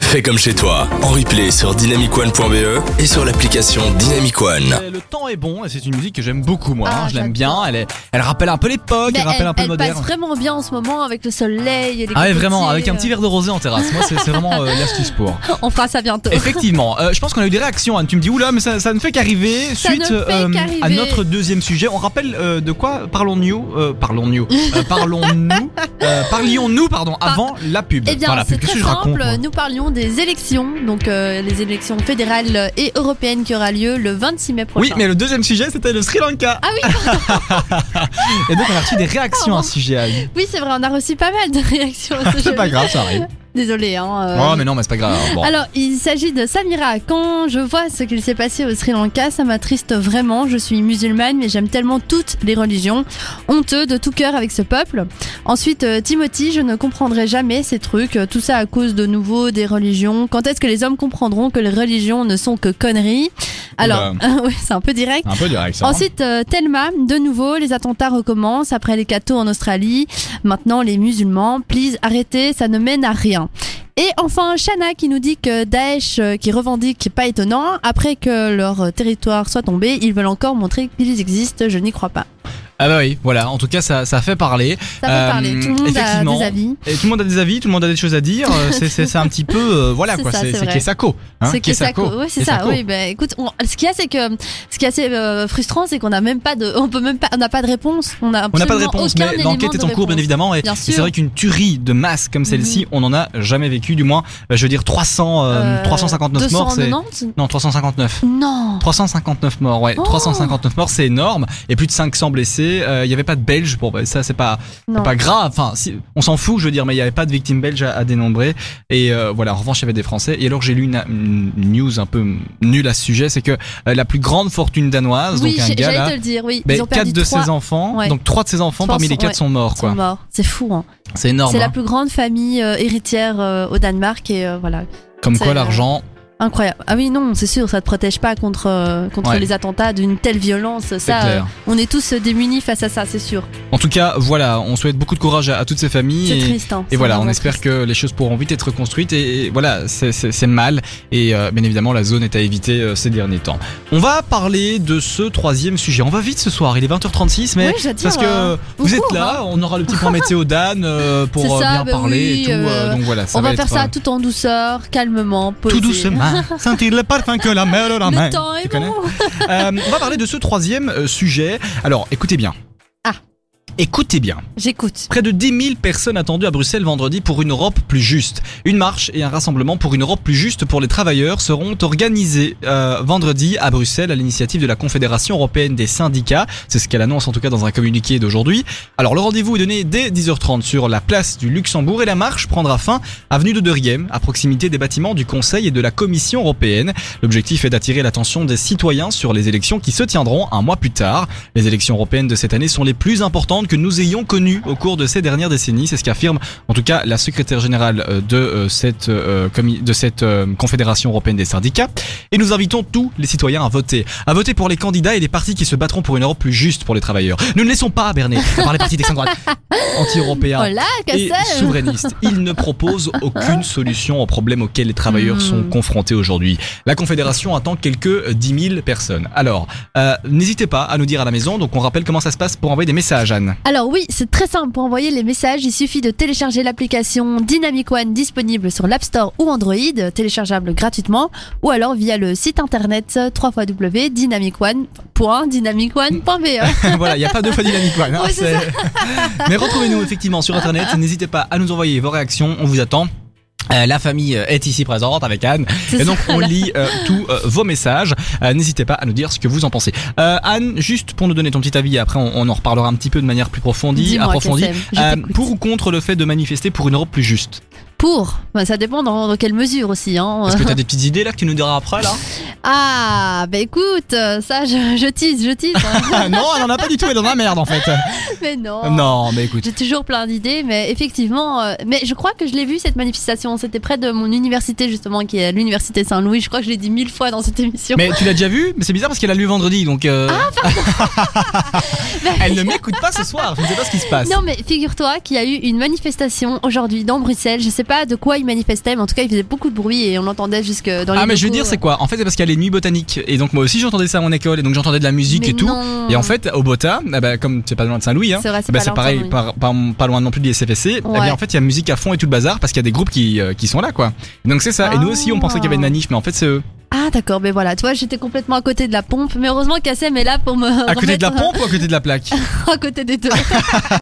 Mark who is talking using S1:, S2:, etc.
S1: Fais comme chez toi, en replay sur dynamicone.be E et sur l'application Dynamic One.
S2: Le temps est bon et c'est une musique que j'aime beaucoup moi.
S3: Ah,
S2: hein. je l'aime
S3: j'adore.
S2: bien. Elle, est- elle rappelle un peu l'époque,
S3: Mais
S2: elle rappelle
S3: elle,
S2: un peu le
S3: elle
S2: moderne.
S3: passe vraiment bien en ce moment avec le soleil et les
S2: Ah ouais,
S3: cocotiers,
S2: vraiment, avec un
S3: euh,
S2: petit verre de rosé en terrasse. Moi, c'est c'est vraiment euh, l'astuce pour.
S3: On fera ça bientôt.
S2: Effectivement, euh, je pense qu'on a eu des réactions. Anne. Tu me dis, oula, mais ça, ça ne fait qu'arriver.
S3: Ça
S2: Suite
S3: ne fait
S2: euh, à
S3: qu'arriver.
S2: notre deuxième sujet, on rappelle euh, de quoi parlons-nous euh, Parlons-nous euh, Parlons-nous euh, Parlions-nous, pardon, avant la pub.
S3: Eh bien,
S2: Enfin, la
S3: c'est
S2: pub, qu'est-ce
S3: très
S2: que je raconte,
S3: simple.
S2: moi
S3: Nous parlions des élections, donc euh, les élections fédérales et européennes qui aura lieu le 26 mai prochain.
S2: Oui, mais le deuxième sujet, c'était le Sri Lanka.
S3: Ah oui,
S2: Et donc, on a reçu des réactions à ce sujet, Anne.
S3: oui c'est vrai, on a reçu pas mal de réactions. à ce
S2: C'est
S3: sujet.
S2: pas grave, ça arrive.
S3: Désolée. Hein, euh.
S2: Oh, mais non, mais c'est pas grave. Bon.
S3: Alors, il s'agit de Samira. Quand je vois ce qu'il s'est passé au Sri Lanka, ça m'attriste vraiment. Je suis musulmane, mais j'aime tellement toutes les religions. Honteux de tout cœur avec ce peuple. Ensuite, euh, Timothy, je ne comprendrai jamais ces trucs. Euh, Tout ça à cause de nouveau des religions. Quand est-ce que les hommes comprendront que les religions ne sont que conneries Alors, oui, c'est un peu direct.
S2: Un peu direct, ça. hein.
S3: Ensuite, euh, Thelma, de nouveau, les attentats recommencent après les cathos en Australie. Maintenant, les musulmans, please arrêtez, ça ne mène à rien. Et enfin, Shana qui nous dit que Daesh, euh, qui revendique, pas étonnant, après que leur euh, territoire soit tombé, ils veulent encore montrer qu'ils existent, je n'y crois pas.
S2: Ah bah oui, voilà, en tout cas ça, ça fait parler.
S3: Ça fait
S2: Euh,
S3: parler, tout le monde a
S2: effectivement.
S3: des avis.
S2: Et tout le monde a des avis, tout le monde a des choses à dire, euh, c'est- c'est c'est un petit peu... euh, voilà
S3: C'est
S2: quoi,
S3: ça,
S2: c'est
S3: c'est
S2: c'est
S3: vrai.
S2: Kessako. hein,
S3: c'est Kesako. Ouais, c'est ça.
S2: Kessako.
S3: Oui, bah, écoute, on- ce qu'il y a, c'est que ce qui est assez euh, frustrant, c'est qu'on n'a même pas de, on peut même pas, on n'a pas de réponse. On n'a
S2: On n'a pas de
S3: absolument
S2: réponse,
S3: aucun
S2: mais
S3: élément
S2: l'enquête
S3: de
S2: est en cours bien
S3: réponse.
S2: évidemment. Et,
S3: Bien
S2: et
S3: sûr. Mhm.
S2: c'est vrai qu'une tuerie de masse comme celle-ci, on n'en a jamais vécu, du moins, euh, je veux dire 300, euh,
S3: Euh,
S2: 359 morts, c'est...
S3: 290
S2: Non, 359.
S3: Non.
S2: 359 morts, ouais.
S3: Oh.
S2: 359 morts, c'est énorme. Et plus de 500 blessés. Euh, Il y n'y avait pas de Belges. Bon, bah, ça, c'est pas, c'est
S3: Non.
S2: pas grave. Enfin, si- on s'en fout, je veux dire, mais il n'y avait pas de victimes belges à, à dénombrer. Et euh, voilà, en revanche, il y avait des Français. Et alors, j'ai lu une, une news un peu nulle à ce sujet c'est que euh, la plus grande fortune danoise,
S3: oui,
S2: donc un
S3: j'ai-
S2: gars
S3: j'allais
S2: là.
S3: te le dire, oui.
S2: ben,
S3: ils ont
S2: quatre
S3: perdu
S2: de
S3: trois
S2: ses enfants,
S3: ouais.
S2: donc trois de ses enfants
S3: Trois
S2: parmi les
S3: sont-
S2: quatre
S3: ouais,
S2: sont morts,
S3: sont
S2: quoi.
S3: morts. C'est fou, hein.
S2: C'est énorme.
S3: C'est la
S2: hein.
S3: plus grande famille euh, héritière euh, au Danemark et euh, voilà.
S2: Comme quoi,
S3: c'est-
S2: l'argent.
S3: Incroyable. Ah oui, non, c'est sûr, ça te protège pas contre, euh, contre
S2: Ouais.
S3: les attentats d'une telle violence.
S2: C'est
S3: Ça,
S2: clair.
S3: euh, on est tous euh, démunis face à ça, c'est sûr.
S2: En tout cas, voilà, on souhaite beaucoup de courage à, à toutes ces familles.
S3: C'est
S2: et-
S3: triste, hein.
S2: Et
S3: C'est
S2: voilà, on
S3: vraiment
S2: espère
S3: triste.
S2: que les choses pourront vite être reconstruites et, et voilà, c'est- c'est c'est mal et euh, bien évidemment la zone est à éviter euh, ces derniers temps. On va parler de ce troisième sujet. On va vite ce soir, il est 20h36 mais
S3: Oui, je veux dire,
S2: parce que
S3: euh,
S2: vous
S3: on
S2: êtes
S3: court,
S2: là, on aura le petit point météo d'Anne euh, pour
S3: C'est
S2: euh,
S3: ça,
S2: bien
S3: bah
S2: parler
S3: oui,
S2: et tout. euh,
S3: euh,
S2: donc voilà, ça
S3: on va, faire
S2: être,
S3: ça
S2: euh,
S3: tout en douceur, calmement, posé.
S2: tout doucement, sentir le parfum que la mer leur amène.
S3: Le temps est
S2: Tu connais
S3: bon.
S2: Euh, on va parler de ce troisième euh, sujet. Alors, écoutez bien.
S3: Ah.
S2: Écoutez bien.
S3: J'écoute.
S2: Près de 10 000 personnes attendues à Bruxelles vendredi pour une Europe plus juste. Une marche et un rassemblement pour une Europe plus juste pour les travailleurs seront organisés euh, vendredi à Bruxelles à l'initiative de la Confédération européenne des syndicats. C'est ce qu'elle annonce en tout cas dans un communiqué d'aujourd'hui. Alors le rendez-vous est donné dès 10h30 sur la place du Luxembourg et la marche prendra fin avenue de Derriem, à proximité des bâtiments du Conseil et de la Commission européenne. L'objectif est d'attirer l'attention des citoyens sur les élections qui se tiendront un mois plus tard. Les élections européennes de cette année sont les plus importantes que nous ayons connues au cours de ces dernières décennies. C'est ce qu'affirme en tout cas la secrétaire générale euh, de euh, cette, euh, commi- de cette euh, Confédération européenne des syndicats. Et nous invitons tous les citoyens à voter. À voter pour les candidats et les partis qui se battront pour une Europe plus juste pour les travailleurs. Nous ne laissons pas berner par les partis d'extrême droite anti-européens
S3: Voilà,
S2: et
S3: Cassel.
S2: souverainiste. Il ne propose aucune solution aux problèmes auxquels les travailleurs
S3: Hmm.
S2: sont confrontés aujourd'hui. La Confédération attend quelques 10 000 personnes. Alors, euh, n'hésitez pas à nous dire à la maison. Donc, on rappelle comment ça se passe pour envoyer des messages, Anne.
S3: Alors oui, c'est très simple pour envoyer les messages. Il suffit de télécharger l'application Dynamic One disponible sur l'App Store ou Android, téléchargeable gratuitement, ou alors via le site internet www.dynamicone.dynamicone.be.
S2: voilà, il n'y a pas deux fois dynamique, quoi.
S3: Ouais, c'est
S2: Mais retrouvez-nous effectivement sur Internet. N'hésitez pas à nous envoyer vos réactions. On vous attend. Euh, la famille est ici présente avec Anne.
S3: C'est
S2: Et donc
S3: ça,
S2: on
S3: là.
S2: lit euh, tous euh, vos messages. Euh, N'hésitez pas à nous dire ce que vous en pensez. Euh, Anne, juste pour nous donner ton petit avis, et après on, on en reparlera un petit peu de manière plus approfondie,
S3: Dis-moi,
S2: approfondie. Euh,
S3: KSM, je t'écoute.
S2: pour ou contre le fait de manifester pour une Europe plus juste
S3: Pour, ben, ça dépend dans, dans quelle mesure aussi. Hein.
S2: Est-ce que t'as des petites idées là que tu nous diras après là
S3: Ah, bah écoute, euh, ça je, je tease, je tease. hein.
S2: Ah, Non, elle en a pas du tout, elle est dans la merde en fait.
S3: mais non.
S2: Non, mais écoute.
S3: J'ai toujours plein d'idées, mais effectivement, euh, mais je crois que je l'ai vu cette manifestation. C'était près de mon université justement, qui est l'université Saint-Louis. Je crois que je l'ai dit mille fois dans cette émission.
S2: Mais tu l'as déjà vu Mais c'est bizarre parce qu'elle a lu vendredi donc. euh,
S3: Ah, Bah,
S2: elle ne m'écoute pas ce soir, je ne sais pas ce qui se passe.
S3: Non mais figure-toi qu'il y a eu une manifestation aujourd'hui dans Bruxelles. Je sais pas pas de quoi ils manifestaient, mais en tout cas, ils faisaient beaucoup de bruit et on l'entendait jusque dans les.
S2: Ah mais je veux
S3: locaux.
S2: dire c'est quoi En fait c'est parce qu'il y a les nuits botaniques et donc moi aussi j'entendais ça à mon école et donc j'entendais de la musique
S3: Mais
S2: et tout.
S3: non.
S2: Et en fait au Bota, eh ben, comme c'est pas loin de Saint-Louis, hein,
S3: Mm. C'est vrai, c'est
S2: eh ben,
S3: pas
S2: c'est
S3: loin de
S2: pareil,
S3: Saint-Louis.
S2: par- par- pas loin non plus des CFC. Eh
S3: Ouais.
S2: bien en fait il y a musique à fond et tout le bazar parce qu'il y a des groupes qui, euh, qui sont là quoi. Donc c'est ça. Et nous aussi on pensait qu'il y avait une manif mais en fait c'est eux.
S3: Ah d'accord, mais voilà, tu vois, j'étais complètement à côté de la pompe, mais heureusement qu'Assem est là pour me
S2: À côté de la pompe ou à côté de la plaque
S3: à côté des deux.